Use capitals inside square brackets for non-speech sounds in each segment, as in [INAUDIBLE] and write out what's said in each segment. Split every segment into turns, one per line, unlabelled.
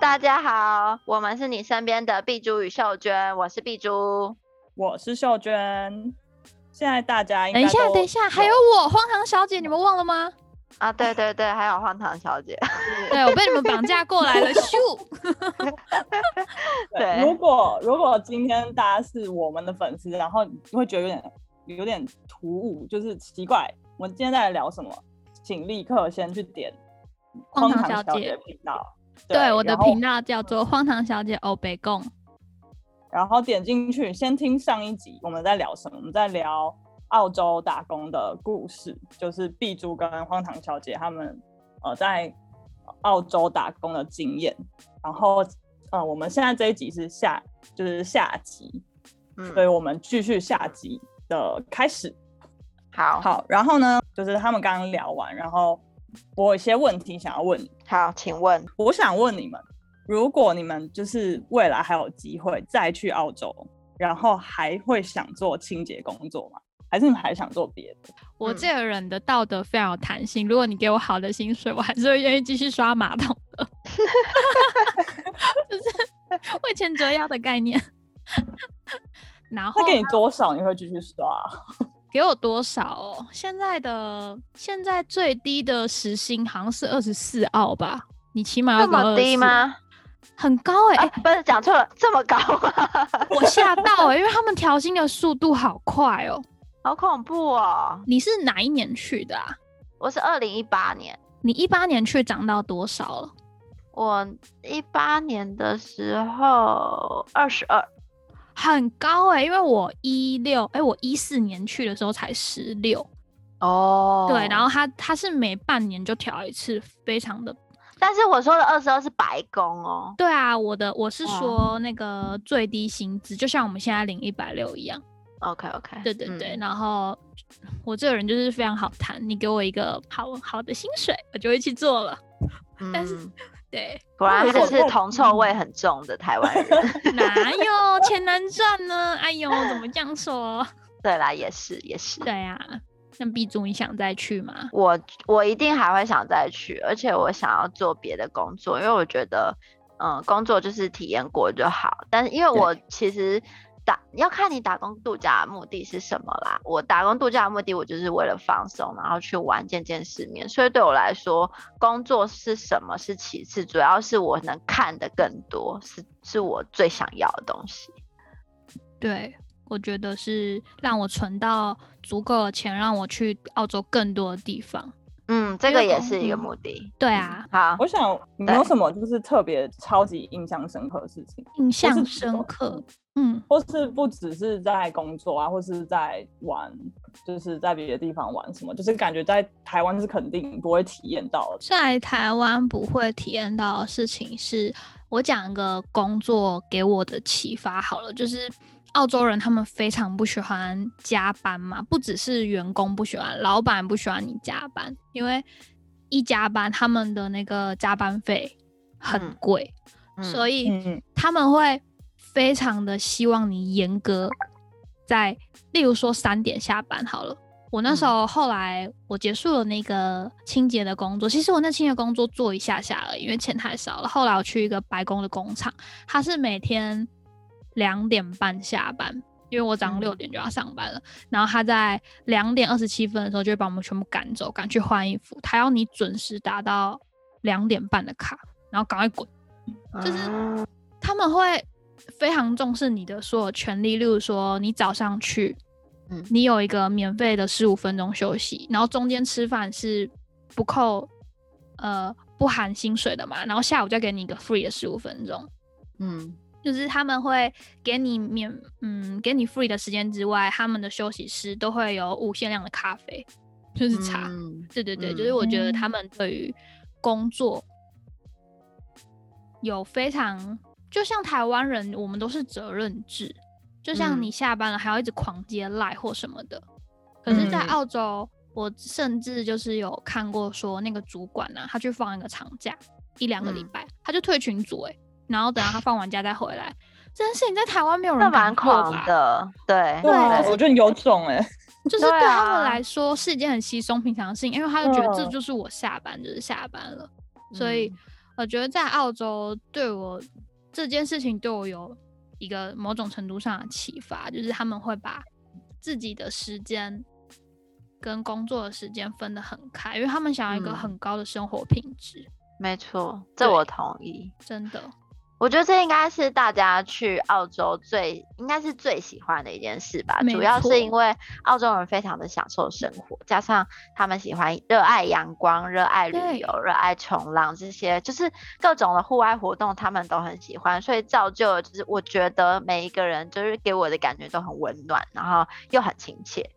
大家好，我们是你身边的碧珠与秀娟，我是碧珠。
我是秀娟。现在大家应该
等一下，
都
等一下，还有我荒唐小姐，你们忘了吗？
啊，对对对，还有荒唐小姐，
对我被你们绑架过来了，咻！
对
如果如果今天大家是我们的粉丝，然后你会觉得有点有点突兀，就是奇怪，我们今天在聊什么？请立刻先去点
荒唐
小
小姐
频道。
对，我的
然后
频道叫做荒唐小姐欧北贡。
然后点进去，先听上一集我们在聊什么？我们在聊澳洲打工的故事，就是碧珠跟荒唐小姐他们呃在澳洲打工的经验。然后呃，我们现在这一集是下就是下集，所以
嗯，
我们继续下集的开始。
好
好，然后呢，就是他们刚刚聊完，然后我有一些问题想要问你，
好，请问，
我想问你们，如果你们就是未来还有机会再去澳洲，然后还会想做清洁工作吗？还是你们还想做别的？
我
嗯
这个人的道德非常有弹性，如果你给我好的薪水，我还是会愿意继续刷马桶的， [LAUGHS] 就是为钱折腰的概念。 [LAUGHS] 然后
他给你多少，你会继续刷啊？
给我多少哦？现在的现在最低的时薪好像是二十四澳吧？你起码要
这
到
么低
24？
吗？
很高哎、
啊
欸，
不是讲错了，这么高啊吗？
我吓到哎、因为他们调薪的速度好快哦。
好恐怖哦！
你是哪一年去的啊？
我是二零一八年，
你一八年去涨到多少了？
我一八年的时候二十二，
很高哎、因为我一六哎，我一四年去的时候才十六，
哦
对，然后他他是每半年就调一次，非常的
但是我说的二十二是白宫哦，
对啊。我的我是
哇
说那个最低薪资，就像我们现在领一百六一样，
OK OK，
对对对。
嗯
然后我这个人就是非常好谈，你给我一个好好的薪水，我就会去做了。但是
嗯
对，
果然
如
还
果
是
我
铜臭味很重的台湾人。 [LAUGHS]
哪有钱难赚呢？哎呦，怎么这样说？
对啦，也是也是。
对啊，那 B 组你想再去吗？
我我一定还会想再去，而且我想要做别的工作，因为我觉得，嗯，工作就是体验过就好。但是因为我其实打要看你打工度假的目的是什么啦。我打工度假的目的，我就是为了放松，然后去玩，见见世面。所以对我来说，工作是什么是其次，主要是我能看的更多，是是我最想要的东西。
对，我觉得是让我存到足够的钱，让我去澳洲更多的地方。
嗯，这
因为
个也
工
是一个
嗯
目的。
对啊，
好，
我想你们有什么就是特别超级印象深刻的事情，
印
是
象
只有
深刻。嗯，
或是不只是在工作啊，或是在玩，就是在别的地方玩什么，就是感觉在台湾是肯定不会体验到的。
在台湾不会体验到的事情是，我讲一个工作给我的启发好了，就是澳洲人他们非常不喜欢加班嘛，不只是员工不喜欢，老板不喜欢你加班，因为一加班他们的那个加班费很
嗯
贵，
嗯
所以
嗯，
他们会非常的希望你严格在，例如说三点下班好了。我那时候后来我结束了那个清洁的工作，其实我那清洁工作做一下下而已，因为钱太少了。后来我去一个白宫的工厂，它是每天两点半下班，因为我早上
嗯
六点就要上班了。然后他在两点二十七分的时候就会把我们全部赶走，赶去换衣服。他要你准时达到两点半的卡，然后赶快滚。就是
嗯
他们会非常重视你的所有权利，例如说你早上去，
嗯
你有一个免费的十五分钟休息，然后中间吃饭是不扣呃不含薪水的嘛，然后下午再给你一个 free 的十五分钟。
嗯
就是他们会给你免嗯给你 free 的时间之外，他们的休息室都会有无限量的咖啡，就是茶。
嗯
对对对，
嗯
就是我觉得他们对于工作有非常，就像台湾人，我们都是责任制，就像
嗯
你下班了还要一直狂接赖或什么的。可是，在
嗯
澳洲，我甚至就是有看过说，那个主管啊，他去放一个长假一两个礼
嗯
拜，他就退群组哎、然后等到他放完假再回来。这件事情在台湾没有
那
人
蛮
敢做
狂
吧？
的，对
对啊，我觉得你有种哎、
就是
对
对他
啊
们来说是一件很稀松平常的事情，因为他就觉得这
嗯
就是我下班就是下班了，所以
嗯
我觉得在澳洲对我这件事情对我有一个某种程度上的启发，就是他们会把自己的时间跟工作的时间分得很开，因为他们想要一个
嗯
很高的生活品质，
没错，这
对
我同意。
真的。
我觉得这应该是大家去澳洲最应该是最喜欢的一件事吧，
没
主要
错
是因为澳洲人非常的享受生活，加上他们喜欢热爱阳光、热爱
对
旅游、热爱冲浪这些，就是各种的户外活动，他们都很喜欢，所以造就了就是我觉得每一个人就是给我的感觉都很温暖，然后又很亲切。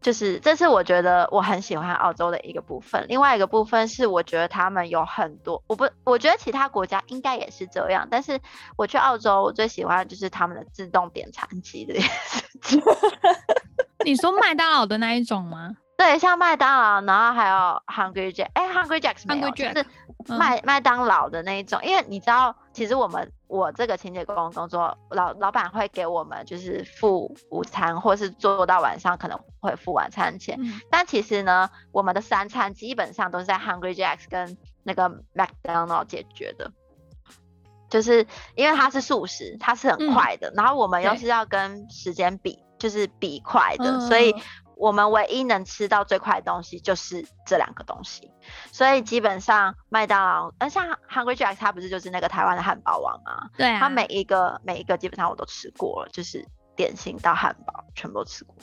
就是这是我觉得我很喜欢澳洲的一个部分，另外一个部分是我觉得他们有很多，我不，我觉得其他国家应该也是这样，但是我去澳洲，我最喜欢的就是他们的自动点餐机这件事情。
你说麦当劳的那一种吗？
对，像麦当劳，然后还有 Hungry Jack，哎，Hungry Jack 没有
Hungry
就
Jack，嗯
是麦麦当劳的那一种，因为你知道，其实我们我这个清洁工工作，老老板会给我们就是付午餐，或是做到晚上可能会付晚餐钱，
嗯，
但其实呢，我们的三餐基本上都是在 Hungry Jack's 跟那个 McDonald 解决的，就是因为它是素食，它是很
嗯
快的，然后我们又
对
是要跟时间比，就是比快的，所以
嗯
我们唯一能吃到最快的东西就是这两个东西，所以基本上麦当劳，而像 Hungry Jack's 它不是就是那个台湾的汉堡王吗？
[LAUGHS] 对啊，
它每一个每一个基本上我都吃过了，就是点心到汉堡全部都吃过，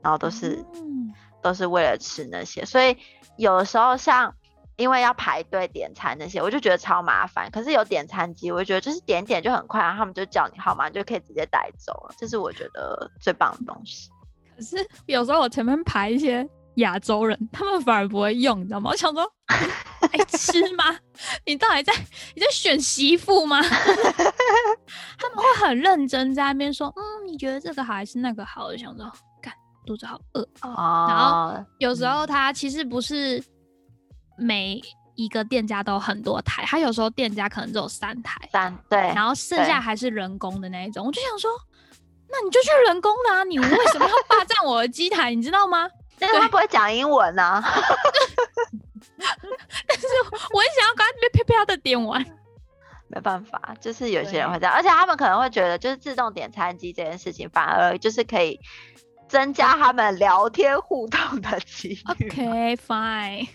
然后都是。
嗯
都是为了吃那些，所以有的时候像因为要排队点餐那些，我就觉得超麻烦。可是有点餐机，我就觉得就是点一点就很快，然后他们就叫你号码，你就可以直接带走了。这是我觉得最棒的东西。
可是有时候我前面排一些亚洲人，他们反而不会用，你知道吗？我想说，爱吃吗？你到底在你在选媳妇吗？ [LAUGHS] 他们会很认真在那边说，嗯，你觉得这个好还是那个好？我就想说，干，肚子好饿。
哦，
有时候它其实不是每一个店家都有很多台，它有时候店家可能只有三台，
三对
然后剩
对
下还是人工的那一种。我就想说，那你就去人工的啊，你为什么要霸占我的机台？你知道吗？
但是他不会讲英文啊， [LAUGHS]
但是我很想要赶快被飘飘的点
[LAUGHS]
完。
没办法，就是有些人
对
会这样，而且他们可能会觉得就是自动点餐机这件事情，反而就是可以增加他们聊天互动的机遇。
OK fine，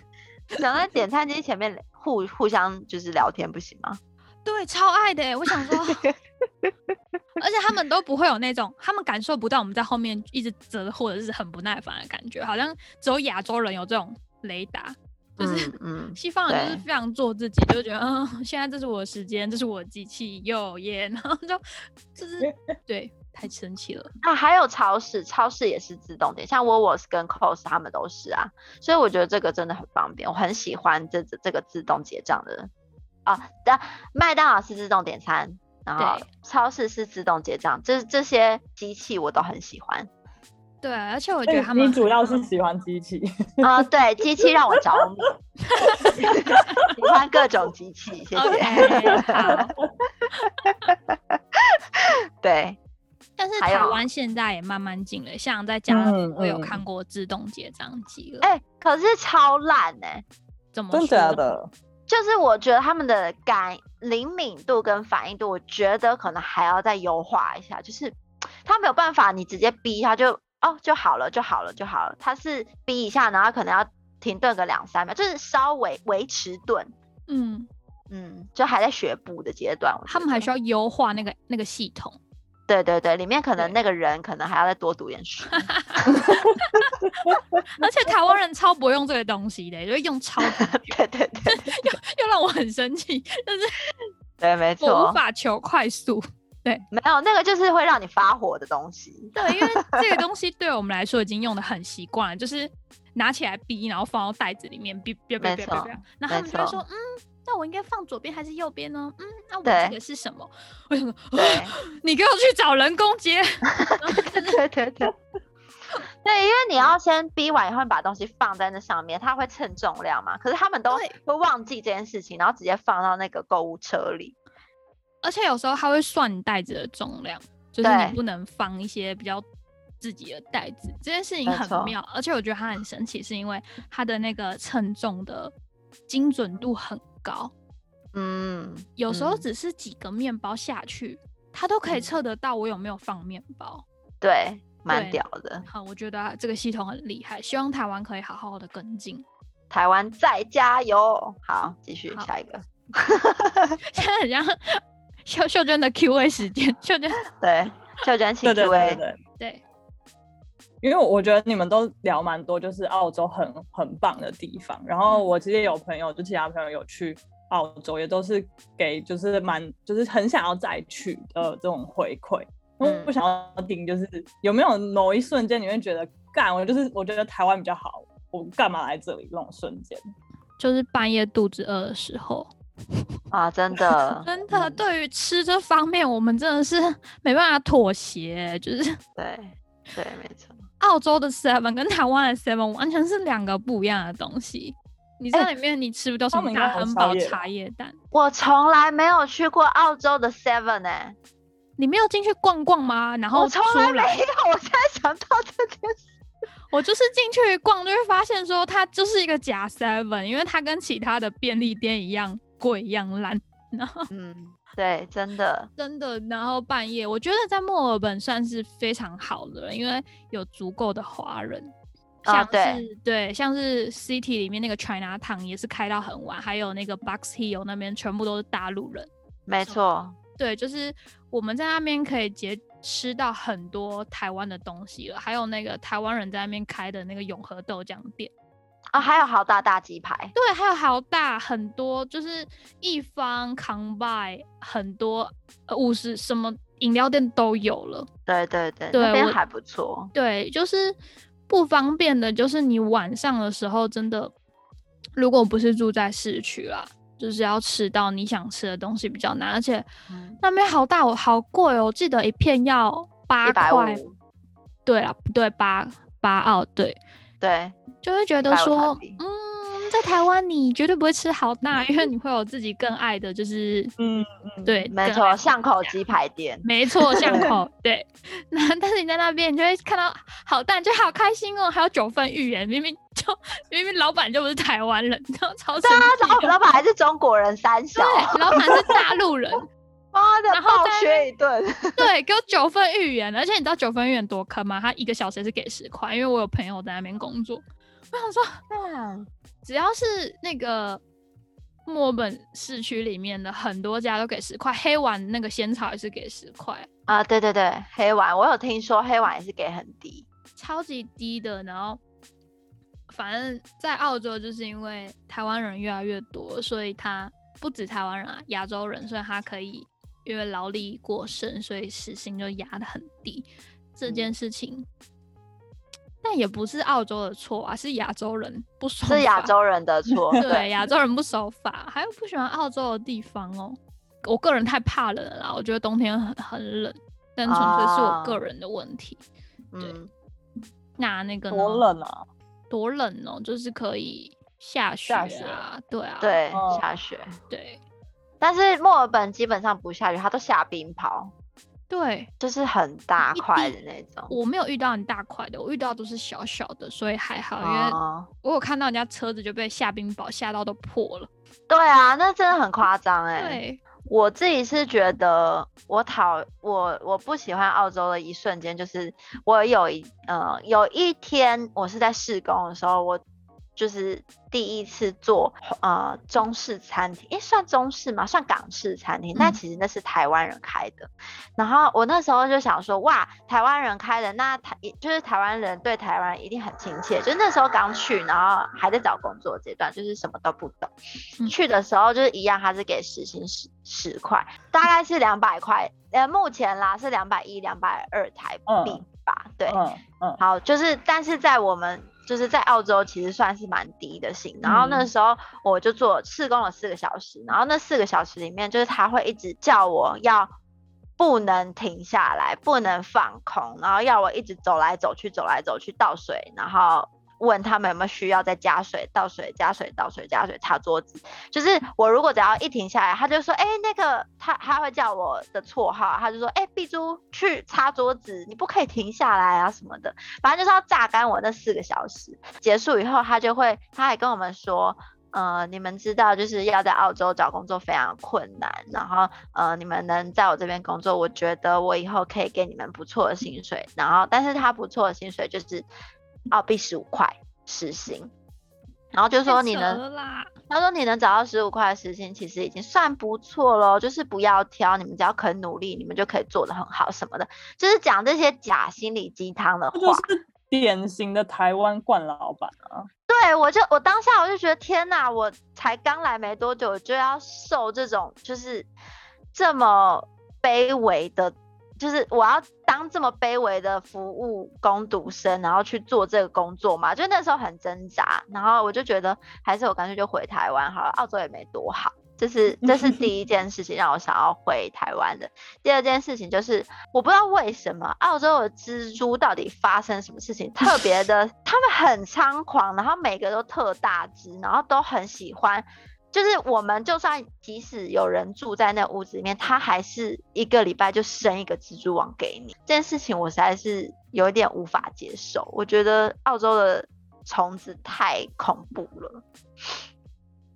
想在点餐机前面互互相就是聊天不行吗？
对，超爱的欸，我
[LAUGHS]
想说。而且他们都不会有那种，他们感受不到我们在后面一直折或者是很不耐烦的感觉，好像只有亚洲人有这种雷达，就是
嗯 [LAUGHS] 嗯
西方人就是
对
非常做自己，就觉得嗯，现在这是我的时间，这是我的机器，又耶，然后就就是
[LAUGHS]
对，太生气了。
啊，还有超市，超市也是自动点，像 w o l w o r t s 跟 Coles 他们都是啊，所以我觉得这个真的很方便，我很喜欢这这这个自动结账的啊。但麦当劳是自动点餐，然后
对
超市是自动结账，这这些机器我都很喜欢
对，而且我觉
所
得
以
他们
你主
很
要是喜欢机器，
啊、对，机器让我着迷， [LAUGHS] 喜欢各种机器，谢谢。
[LAUGHS]
OK 好，
对，
但是
还
台
有
湾现在也慢慢进了，像在加拿大，
嗯
我有
嗯
看过自动结账机了。
哎、可是超烂哎、
怎么
真
说
假
呢？
的？
就是我觉得他们的感灵敏度跟反应度，我觉得可能还要再优化一下。就是他没有办法，你直接逼他就哦就好了就好了就好了。他是逼一下，然后可能要停顿个两三秒，就是稍微维持顿，
嗯，
嗯，就还在学步的阶段。我觉
他们还
得
需要优化那个那个系统。
对对对，里面可能
对
那个人可能还要再多读点
[LAUGHS]
书。
而且台湾人超不会用这个东西的，就用超级久，
对对对
[LAUGHS] 又让我很生气，但是
对，没
我
错
无，法求快速。
没有那个就是会让你发火的东
[LAUGHS]
西。
对，因为这个 [LAUGHS] 东西对我们来说已经用的很习惯了，就是拿起来逼，然后放到袋子里面逼，逼逼
没
逼逼
错
逼，然后他
没
们就会
错
说，嗯，那我应该放左边还是右边呢？嗯，那我
对
这个是什么？ [LAUGHS] 我想说，
对。
你给我去找人工 [LAUGHS] 接。
对对对。 [LAUGHS] 对，因为你要先逼完以后，你把东西放在那上面，它会称重量嘛。可是他们都
对
会忘记这件事情，然后直接放到那个购物车里。
而且有时候它会算你袋子的重量，就是
对
你不能放一些比较自己的袋子。这件事情
没
很
错
妙，而且我觉得它很神奇，是因为它的那个称重的精准度很高。
嗯，
有时候
嗯
只是几个面包下去，它都可以测得到我有没有放面包。
对，蛮
对
屌的。
好，我觉得这个系统很厉害，希望台湾可以好好的跟进。 [LAUGHS]
台湾再加油！好，继续
好
下一个。
现在很像秀秀娟的 Q&A 时间，秀娟
对，秀娟请
对对
诸
对
位
对，对，
对
因为我觉得你们都聊蛮多，就是澳洲很很棒的地方。然后我其实也有朋友，就其他朋友有去澳洲，也都是给就是蛮就是很想要再去的这种回馈。因为
嗯
我想要听，就是有没有某一瞬间你会觉得，干我就是我觉得台湾比较好，我干嘛来这里那种瞬间？
就是半夜肚子饿的时候，
啊，真的， [LAUGHS]
真的
嗯
对于吃这方面，我们真的是 [LAUGHS] 没办法妥协。就是 [LAUGHS]
对对，没错。
澳洲的 Seven 跟台湾的 Seven 完全是两个不一样的东西。你在里面你吃不到什
哎他们应
么
该
大
有
汉
宵
堡、
夜吧
茶叶蛋，
我从来没有去过澳洲的 Seven 呢、
你没有进去逛逛吗？然后
我
出
从来没
来，
有。我现在想到这件事，
我就是进去逛，就会发现说它就是一个假 Seven，因为它跟其他的便利店一样贵一样烂。
嗯，对，真的，
真的，然后半夜，我觉得在墨尔本算是非常好的了，因为有足够的华人，
啊
像是、
对
对像是 City 里面那个 China Town 也是开到很晚，还有那个 Box Hill 那边全部都是大陆人。
没错，
对，就是我们在那边可以结吃到很多台湾的东西了，还有那个台湾人在那边开的那个永和豆浆店。
啊，还有好大大鸡排，
对，还有好大很多，就是一方 combine 很多呃五十什么饮料店都有了。
对对对，
对
那边
我
还不错，
对，就是不方便的，就是你晚上的时候真的，如果不是住在市区啦，就是要吃到你想吃的东西比较难，而且
嗯，
那边好大哦，好贵哦，我记得一片要八
一百五，
块，对啦，不对，八八澳，对，
对，
就会觉得
150
说
台币，
嗯，在台湾你绝对不会吃好大，因为你会有自己更爱的，就是
嗯，
对，啊
没
更爱
错，
好
巷口
家
鸡排店，
没错，
[LAUGHS]
巷口对。那但是你在那边，你就会看到好蛋，就好开心哦，还有九份芋圆，明明就明明老板就不是台湾人，然后超生
对啊，
气
老
的。
老板还是中国人三小，啊
对，老板是大陆人，
妈的
然后
暴
在那
削一顿，
对，给我九份芋圆，而且你知道九份芋圆多坑吗？他一个小时也是给十块，因为我有朋友在那边工作，我想说只要是那个墨尔本市区里面的很多家都给十块，黑丸那个仙草也是给十块，
[LAUGHS] 啊，对对对，黑碗，我有听说黑碗也是给很低，
超级低的，然后反正在澳洲就是因为台湾人越来越多，所以他不止台湾人啊，亚洲人，所以他可以因为劳力过剩，所以时薪就压得很低。这件
嗯
事情，但也不是澳洲的错啊，是亚洲人不守法。
是亚洲人的错，
对亚洲人不守法，还有不喜欢澳洲的地方哦。我个人太怕冷了啦，我觉得冬天很很冷，但纯粹是我
啊
个人的问题。
嗯，
那那个呢
哦
多冷啊！
多冷哦，就是可以下雪
下
啊，
雪
对啊，
对
哦，
下雪。
对
但是墨尔本基本上不下雨，它都下冰雹，
对，
就是很大
一
块的
滴
那种。
我没有遇到很大块的，我遇到都是小小的，所以还好，因为
哦，
我有看到人家车子就被下冰雹吓到都破了。
对啊，那真的很夸张哎、
对，
我自己是觉得我讨我我不喜欢澳洲的一瞬间，就是我有一呃有一天我是在试工的时候，我就是第一次做呃中式餐厅，诶，算中式吗？算港式餐厅，但
嗯
其实那是台湾人开的。然后我那时候就想说，哇，台湾人开的，那台就是台湾人对台湾人一定很亲切。就是那时候刚去，然后还在找工作阶段，就是什么都不懂。
嗯
去的时候就是一样，他是给时薪十十块，大概是两百块，呃，目前啦是两百一、两百二台币
嗯
吧，对。
嗯嗯，
好，就是但是在我们就是在澳洲其实算是蛮低的薪，然后那
嗯
时候我就做试工了四个小时，然后那四个小时里面就是他会一直叫我要不能停下来，不能放空，然后要我一直走来走去，走来走去倒水，然后。问他们有没有需要再加水、倒水、加水、倒水、加水、擦桌子。就是我如果只要一停下来，他就说：“哎、那个他他会叫我的绰号，他就说：‘哎、碧珠去擦桌子，你不可以停下来啊什么的。’反正就是要榨干我那四个小时。结束以后，他就会，他还跟我们说，呃，你们知道就是要在澳洲找工作非常困难，然后呃，你们能在我这边工作，我觉得我以后可以给你们不错的薪水。然后，但是他不错的薪水就是澳币十五块时薪，然后就说你
太扯
能
了啦，
他说：“你能找到十五块的时薪，其实已经算不错咯，就是不要挑，你们只要肯努力，你们就可以做得很好什么的。”就是讲这些假心理鸡汤的
这
话。
就是典型的台湾惯老板啊。
对我就我当下我就觉得天哪，我才刚来没多久，我就要受这种就是这么卑微的，就是我要当这么卑微的服务工读生，然后去做这个工作嘛，就那时候很挣扎，然后我就觉得还是我干脆就回台湾好了，澳洲也没多好。这是这是第一件事情让我想要回台湾的。第二件事情就是，我不知道为什么澳洲的蜘蛛到底发生什么事情，特别的，他们很猖狂，然后每个都特大只，然后都很喜欢。就是我们就算即使有人住在那屋子里面，他还是一个礼拜就生一个蜘蛛网给你。这件事情我实在是有一点无法接受，我觉得澳洲的虫子太恐怖了。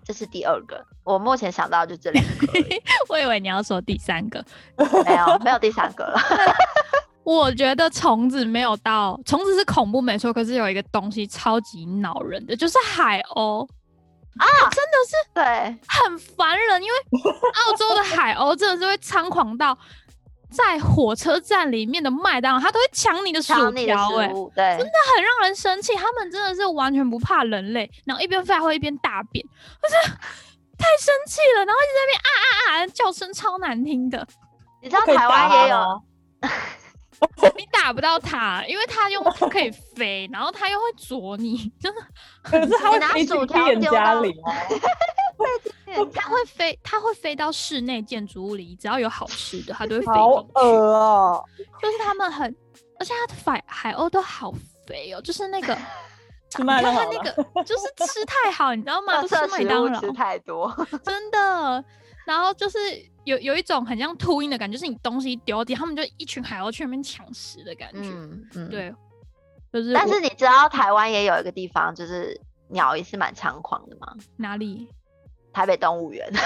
这是第二个，我目前想到就这两个而已，
我以为你要说第三个，
没有没有第三个了。 [LAUGHS]
我觉得虫子没有到，虫子是恐怖没错，可是有一个东西超级恼人的，就是海鸥啊，它真的是
对，
很烦人，因为澳洲的海鸥真的是会猖狂到，在火车站里面的麦当劳，它都会抢你的薯
抢你的
条、欸，
食物，对
真，的很让人生气。他们真的是完全不怕人类，然后一边发挥一边大便， [LAUGHS] 我真的太生气了，然后一直在那边啊啊啊，叫声超难听的，
你知道
可以
台
打
湾
它
也有
哦
吗
你打不到它，因为它又不可以飞，然后它又会啄你， [LAUGHS] 真的
可是他
你
会
拿
飞
薯
进
条
店
丢
家
到 [LAUGHS]
里吗？
它会飞，它会飞到室内建筑物里，只要有好吃的，它都会飞
好
进去。
恶哦、
就是他们很，而且它的海海鸥都好肥哦，就是那个
吃
你
麦当
看它
劳
那
了
个就是吃太好，你知道吗？
垃
都吃
圾
麦
食
当
物
劳，
吃太多，
[LAUGHS] 真的。然后就是有有一种很像秃鹰的感觉，就是你东西丢掉，他们就一群海鸥去那边抢食的感觉。
嗯嗯，。
对，就是
但
我
是你知道台湾也有一个地方，就是鸟也是蛮猖狂的吗？
哪里？
台北动物园， [LAUGHS]
至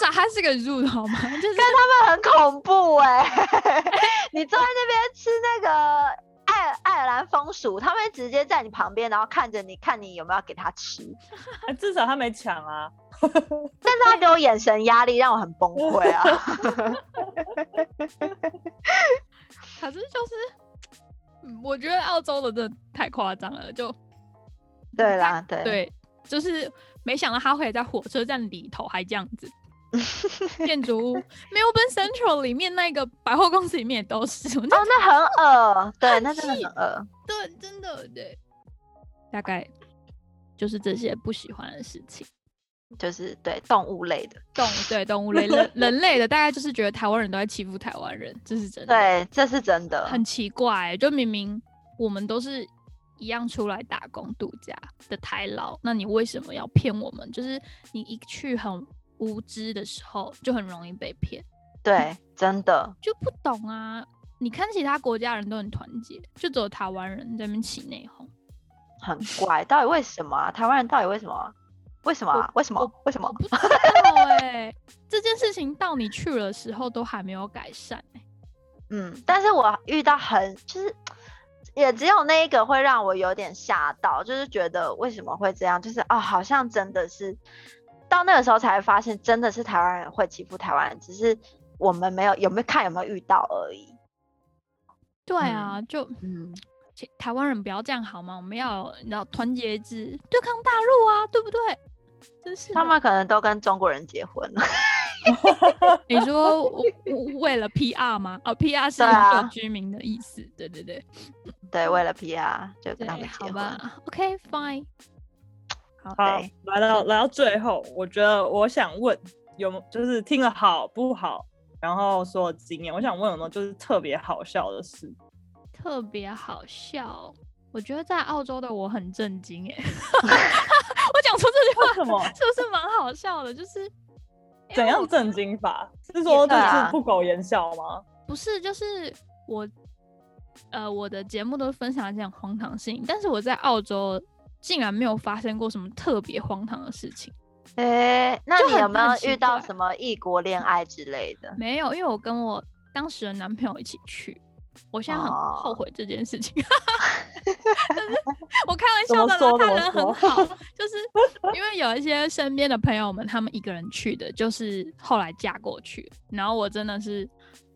少它是个 zoo 好吗？ [LAUGHS] 就是
那很恐怖哎、 [LAUGHS] 你坐在那边吃那个爱爱尔兰风薯，他们会直接在你旁边，然后看着你看你有没有给他吃，
哎至少他没抢啊。
但是他给我眼神压力，让我很
[LAUGHS]
崩溃啊。
可是就是，嗯我觉得澳洲的真的太夸张了，就
对啦，对，
对，就是没想到他会在火车站里头还这样
[LAUGHS]
子。建筑物，Melbourne Central 里面那个百货公司里面也都是，我就
哦，那很恶，对，那真的
气
很恶。
对，真的对，大概就是这些不喜欢的事情。
就是对动物类的，
动对
[LAUGHS]
动物类人人类的，大概就是觉得台湾人都在欺负台湾人，这是真的，，
对，这是真的，
很奇怪、欸就明明我们都是一样出来打工度假的台劳，那你为什么要骗我们？就是你一去很无知的时候，就很容易被骗。
对，真的，
就不懂啊。你看其他国家人都很团结，就只有台湾人在那边起内讧。
很怪，到底为什么啊？台湾人到底为什么啊？为什么啊？为什么？为什
我
么？
不知道哎、这件事情到你去了时候都还没有改善、欸。
嗯，但是我遇到很就是，也只有那一个会让我有点吓到，就是觉得为什么会这样，就是哦，好像真的是到那个时候才发现，真的是台湾人会欺负台湾人，只是我们没有有没有看有没有遇到而已。
对啊，就
嗯，
其台湾人不要这样好吗？我们要你知道团结一致对抗大陆啊，对不对？真是的
他们可能都跟中国人结婚了， [LAUGHS]
你说我我为了 PR 吗？哦，PR 是
对啊
永久居民的意思。对对对
对，为了 PR 就跟
嗯对
他们，结
好
婚。
吧，OK fine。
好
对，
来到来到最后，我觉得我想问，有没就是听了好不好，然后所有经验，我想问有没有就是特别好笑的
[LAUGHS]
事？
特别好笑。我觉得在澳洲的我很震
[LAUGHS]
惊哎， [LAUGHS] 我讲出这句话
为什么
是不是蛮好笑的？就是
怎样震惊法？是说就
对啊
是不苟言笑吗？
不是就是我呃我的节目都分享一些很荒唐的事情，但是我在澳洲竟然没有发生过什么特别荒唐的事情。
诶、那
就
你
很
有没
很
有
奇
遇到
怪
什么异国恋爱之类
[LAUGHS]
的？
没有，因为我跟我当时的男朋友一起去，我现在很
哦
后悔这件事情。 [LAUGHS] 但是我开玩
怎
笑
么
的啦，
说
他
怎么
人很
说 [LAUGHS]
好，就是因为有一些身边的朋友们，他们一个人去的，就是后来嫁过去。然后我真的是，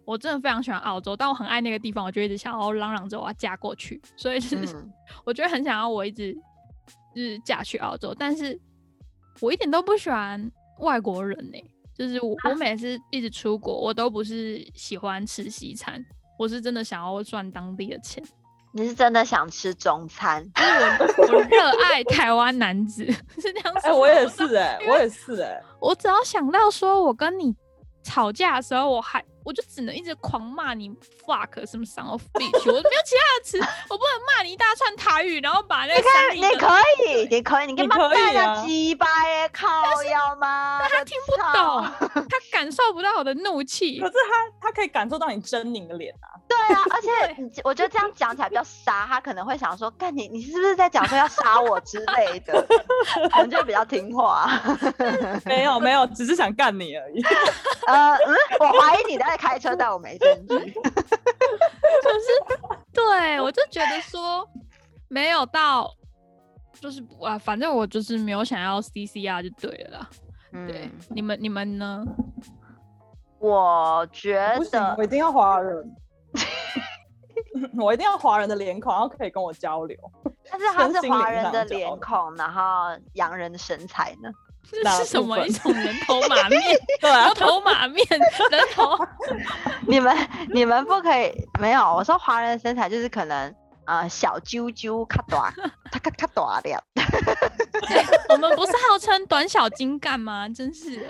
我真的非常喜欢澳洲，但我很爱那个地方，我就一直想要嚷嚷着我要嫁过去，所以就是、
嗯，
我觉得很想要我一直就是嫁去澳洲，但是我一点都不喜欢外国人呢、就是我
啊
我每次一直出国，我都不是喜欢吃西餐，我是真的想要赚当地的
[LAUGHS]
钱，
你是真的想吃中
[LAUGHS]
餐？
我热爱台湾男子是这样说。
哎、我也
[LAUGHS]
是哎、
因为
我也是哎、
我只要想到说我跟你吵架的时候，我还我就只能一直狂骂你 fuck 什么 son of bitch，我没有其他的词，我不能骂你一大串台语，然后把那个三
你
个
可以，你可以，你跟
你
妈
可
蛋
以
啊
啊
鸡巴耶，靠腰吗？
但他听不
操
懂，他感受不到我的怒气
可。是他他可以感受到你狰狞的
[LAUGHS]
脸啊，
对啊，而且你我觉得这样讲起来比较杀，他可能会想说，干你，你是不是在讲说要杀我之类的？ [LAUGHS] 可能就比较听话。
没有没有，只是想干你而已。
呃，嗯，我怀疑你在开车，但我没证据。
对我就觉得说没有到，就是啊，反正我就是没有想要 CCR 就对了啦。 [LAUGHS] 对，
嗯，
你们你们呢？
我觉
不行，
得
我一定要华人， [LAUGHS] 我一定要华人的脸孔，然后可以跟我交流。
但是他
身
是
心
华
灵
人
上
的
交
脸
流
孔，然后洋人的身材呢？ [LAUGHS]
这
哪
是什
部
么
分
一种人头
[LAUGHS]
马面？
对
[LAUGHS]
啊
人，头马面，人头
你们你们不可以没有，我说华人的身材就是可能呃小啾啾卡短，他卡卡短了。
我们不是号称短小精干吗？真是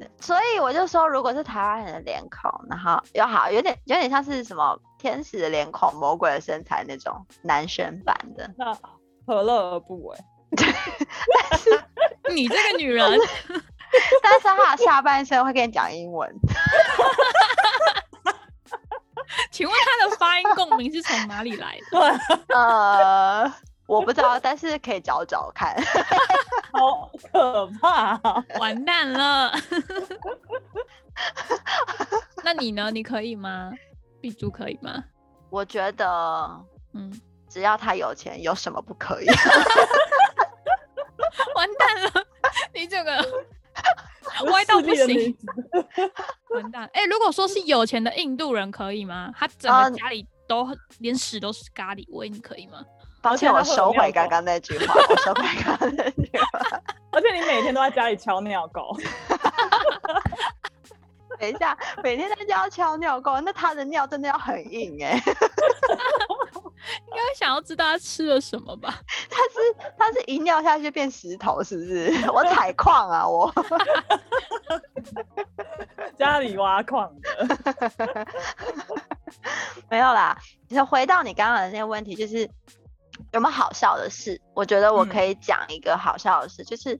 的，
所以我就说，如果是台湾人的脸孔，然后又好有点有点像是什么天使的脸孔、魔鬼的身材那种男神版的，
那何乐而不为？
你这个
[LAUGHS]
女人，
但是他的下半身会跟你讲英文，
请问她的发音共鸣是从哪里来的？
对，啊
呃，我不知道，但是可以找找看。 [LAUGHS]
好可怕啊、
完蛋
[LAUGHS]
了。那你呢？你可以吗？碧珠可以吗？
我觉得
嗯，
只要他有钱，有什么不可以？
[LAUGHS] 完蛋了， [LAUGHS] 你这个歪到
势
不
力的女
行，
子
[LAUGHS] 完蛋。哎、如果说是有钱的印度人可以吗？他整个
嗯
家里都、连屎都是咖喱味，你可以吗？
抱
而
歉，
且
我
他会有
收回
尿
刚
垢
刚那句话，我收回刚刚那句话。
[LAUGHS] 而且你每天都在家里敲尿狗，
等一下，每天在家敲尿垢，那他的尿真的要很硬哎、
应该想要知道他吃了什么吧？
[LAUGHS]
[LAUGHS]
他是他是一尿下去变石头是不是？ [LAUGHS] 我采矿啊我。
[LAUGHS] 家里挖矿的，
[LAUGHS] 没有啦，其实回到你刚刚的那个问题，就是有没有好笑的事？我觉得我
嗯
可以讲一个好笑的事，就是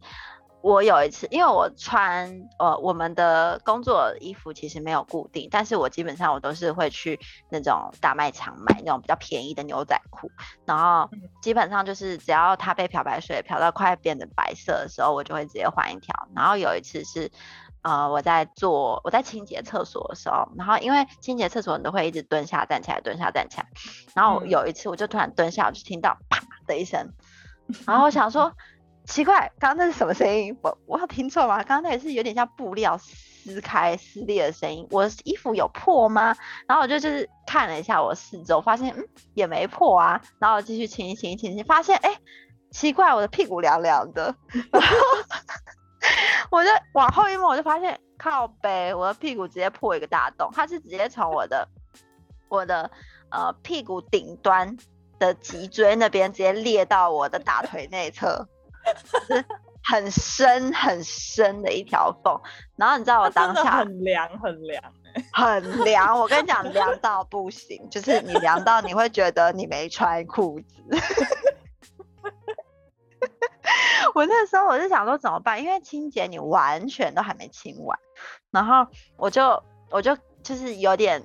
我有一次，因为我穿呃我们的工作衣服其实没有固定，但是我基本上我都是会去那种大卖场买那种比较便宜的牛仔裤，然后
嗯
基本上就是只要它被漂白水漂到快变成白色的时候，我就会直接换一条。然后有一次是。呃，我在做我在清洁厕所的时候，然后因为清洁厕所你都会一直蹲下站起来，蹲下站起来，然后
嗯
有一次我就突然蹲下，我就听到啪的一声，然后我想说奇怪，刚刚那是什么声音？我我有听错吗？刚刚那也是有点像布料撕开撕裂的声音，我衣服有破吗？然后我就就是看了一下我四周，发现嗯也没破啊，然后我继续清一清一清一清，发现哎。奇怪，我的屁股凉凉的， [LAUGHS] 我就往后一摸，我就发现靠背，我的屁股直接破一个大洞，它是直接从我的我的呃屁股顶端的脊椎那边直接裂到我的大腿内侧，就是很深很深的一条缝。然后你知道我当
真的
下
很凉很凉。
很凉，我跟你讲凉到不行，就是你凉到你会觉得你没穿裤子。 [LAUGHS] 我那时候我就想说怎么办，因为清洁你完全都还没清完，然后我就我就就是有点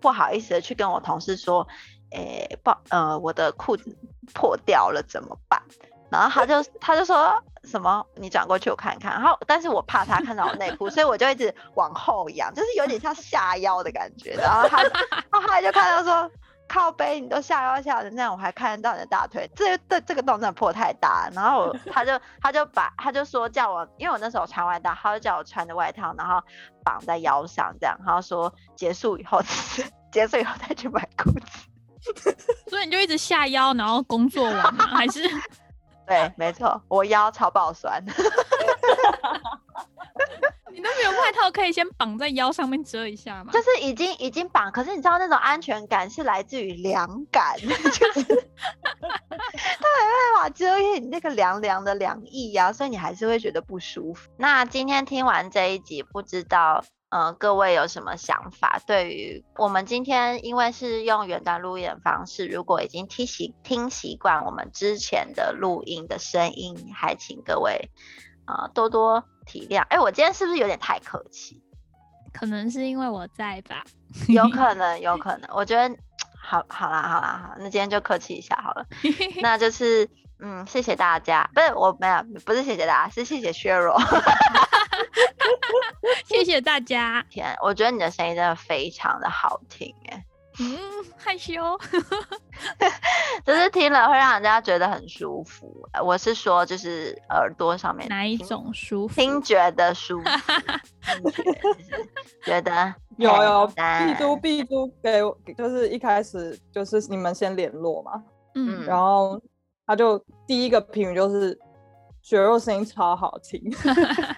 不好意思的去跟我同事说，诶、不，呃，我的裤子破掉了怎么办？然后他就他就说什么你转过去我看看，然后但是我怕他看到我内裤，所以我就一直往后仰，就是有点像下腰的感觉。然后他，然后后来就看到说靠背你都下腰下成那样，我还看得到你的大腿，这这这个洞真的破太大了。然后我他就他就把他就说叫我，因为我那时候穿外套，他就叫我穿着外套，然后绑在腰上这样，然后说结束以后结束以后再去买裤子。
所以你就一直下腰，然后工作完吗？还 [LAUGHS] 是
对，没错，我腰超爆酸。
你都没有外套可以先绑在腰上面遮一下吗？
就是已经已经绑，可是你知道那种安全感是来自于凉感， [LAUGHS] 就是他没办法遮掩你那个凉凉的凉意呀、所以你还是会觉得不舒服。那今天听完这一集，不知道。嗯，各位有什么想法？对于我们今天，因为是用远端录音的方式，如果已经听习听习惯我们之前的录音的声音，还请各位啊、呃多多体谅。哎，我今天是不是有点太客气？
可能是因为我在 [LAUGHS] 吧。
有可能，有可能。我觉得好，好啦，好啦，好，那今天就客气一下好
[LAUGHS]
了。那就是，嗯，谢谢大家，不是我没有，不是谢谢大家，是谢谢薛柔。
谢谢大家。
[LAUGHS] 天，我觉得你的声音真的非常的好听，哎，
嗯，害羞。
就是听了会让人家觉得很舒服。呃我是说，就是耳朵上面
哪一
听
种舒服？
听觉的舒
[LAUGHS]
服，嗯听觉就是觉得
有
很
有，
赞
碧珠碧珠给我，就是一开始就是你们先联络嘛，
嗯，
然后他就第一个评语就是雪肉声音超好听，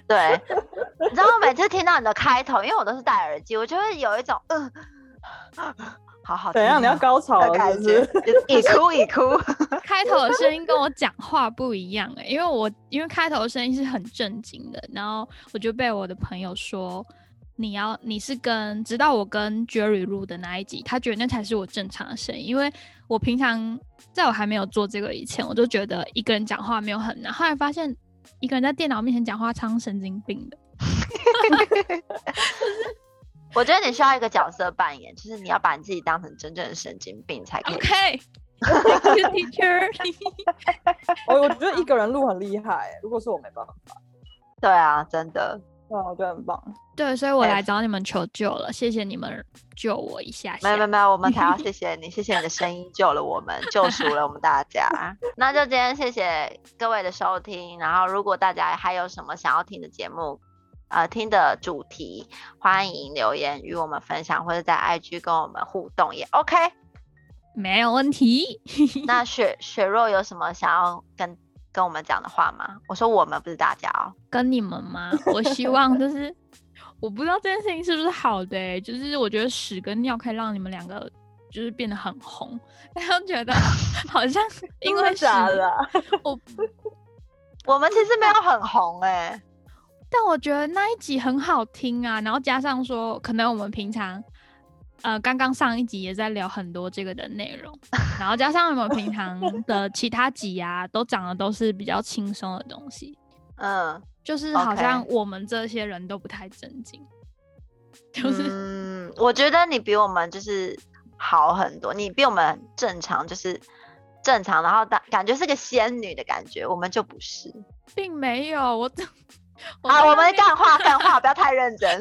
对， [LAUGHS] 你知道我每次听到你的开头，因为我都是戴耳机，我就会有一种嗯、好好
[LAUGHS]
听
怎样？你要
哦
高潮
的
了是
感
不
觉
是？，
就是一哭 [LAUGHS] 一哭。
开头的声音跟我讲话不一样哎、 [LAUGHS] 因为我因为开头的声音是很正经的，然后我就被我的朋友说。你要你是跟直到我跟 Jerry 录的那一集，他觉得那才是我正常的声音，因为我平常在我还没有做这个以前，我就觉得一个人讲话没有很难，后来发现一个人在电脑面前讲话超神经病的，
我觉得你需要一个角色扮演，就是你要把你自己当成真正的神经病才 [LAUGHS] 可以。
OK，Thank、y o u teacher 。
我我觉得一个人录很厉害、如果是我没办法，
对啊，真的。
对啊，我觉得很棒。
对，所以我
哎
来找你们求救了，谢谢你们救我一下
没
下。
有没有没有，我们才要谢谢你，谢谢你的声音救了我们，救赎了我们大家。那就今天谢谢各位的收听，然后如果大家还有什么想要听的节目，呃，听的主题，欢迎留言与我们分享，或者在 IG 跟我们互动也 OK。
没有问题。
那雪雪若有什么想要跟跟我们讲的话吗？我说我们不是大家哦，
跟你们吗？我希望就是， [LAUGHS] 我不知道这件事情是不是好的、欸，就是我觉得屎跟尿可以让你们两个就是变得很红，然后
[LAUGHS]
觉得好像因为
真的
屎，
假的啊、
我
我们其实没有很红哎、
但我觉得那一集很好听啊，然后加上说，可能我们平常，呃，刚刚上一集也在聊很多这个的内容，然后加上我们平常的其他集啊，都讲的都是比较轻松的东西，
嗯，
就是好
OK
像我们这些人都不太正经，就是、
嗯，我觉得你比我们就是好很多，你比我们正常，就是正常，然后大感觉是个仙女的感觉，我们就不是
[LAUGHS] 并没有我。
[LAUGHS]
我
啊。
在
我
那
们
边
干话干话，不要太认真。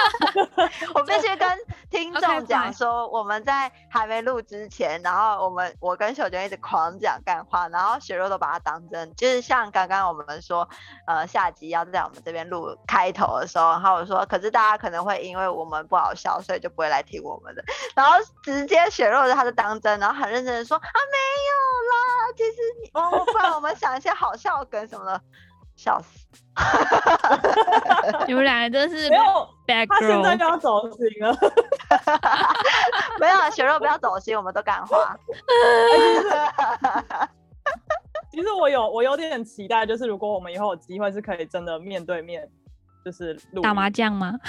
[LAUGHS] 我必须跟听
OK，
众讲
fine
说，我们在还没录之前，然后我们我跟秀娟一直狂讲干话，然后雪肉都把它当真，就是像刚刚我们说，呃，下集要在我们这边录开头的时候，然后我说，可是大家可能会因为我们不好笑，所以就不会来听我们的，然后直接雪肉他就当真，然后很认真的说啊没有啦，其实你哦，不然我们想一些好笑梗什么的，笑死。
你们两个真是
没有，
bad
他现在
girl，
就要走心了。
[LAUGHS] 没有，啊雪肉不要走心，我们都干话。
其实我有我有点期待，就是如果我们以后有机会是可以真的面对面，就是录
打麻
音
将吗？
[LAUGHS]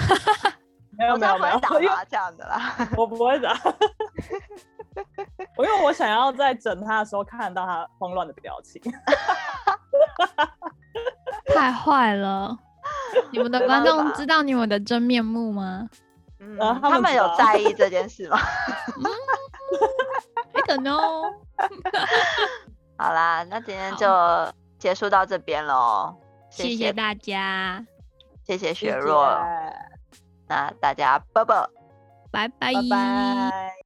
没有
我
没
才
有
不
没
会
有，
打
因为
麻将的啦。
[LAUGHS] 我不会打。我因为我想要在整他的时候看到他慌乱的表情，
太坏了！你们的观
没办
众
法
知道你们的真面目吗？
嗯
啊然后他
他
们
们
知
有
道
在意这件事吗？ [LAUGHS]
I don't know。
好啦，那今天
好
就结束到这边喽。
谢
谢
谢大家，
谢谢
谢
雪
谢
若，那大家啵啵。
拜拜
拜拜。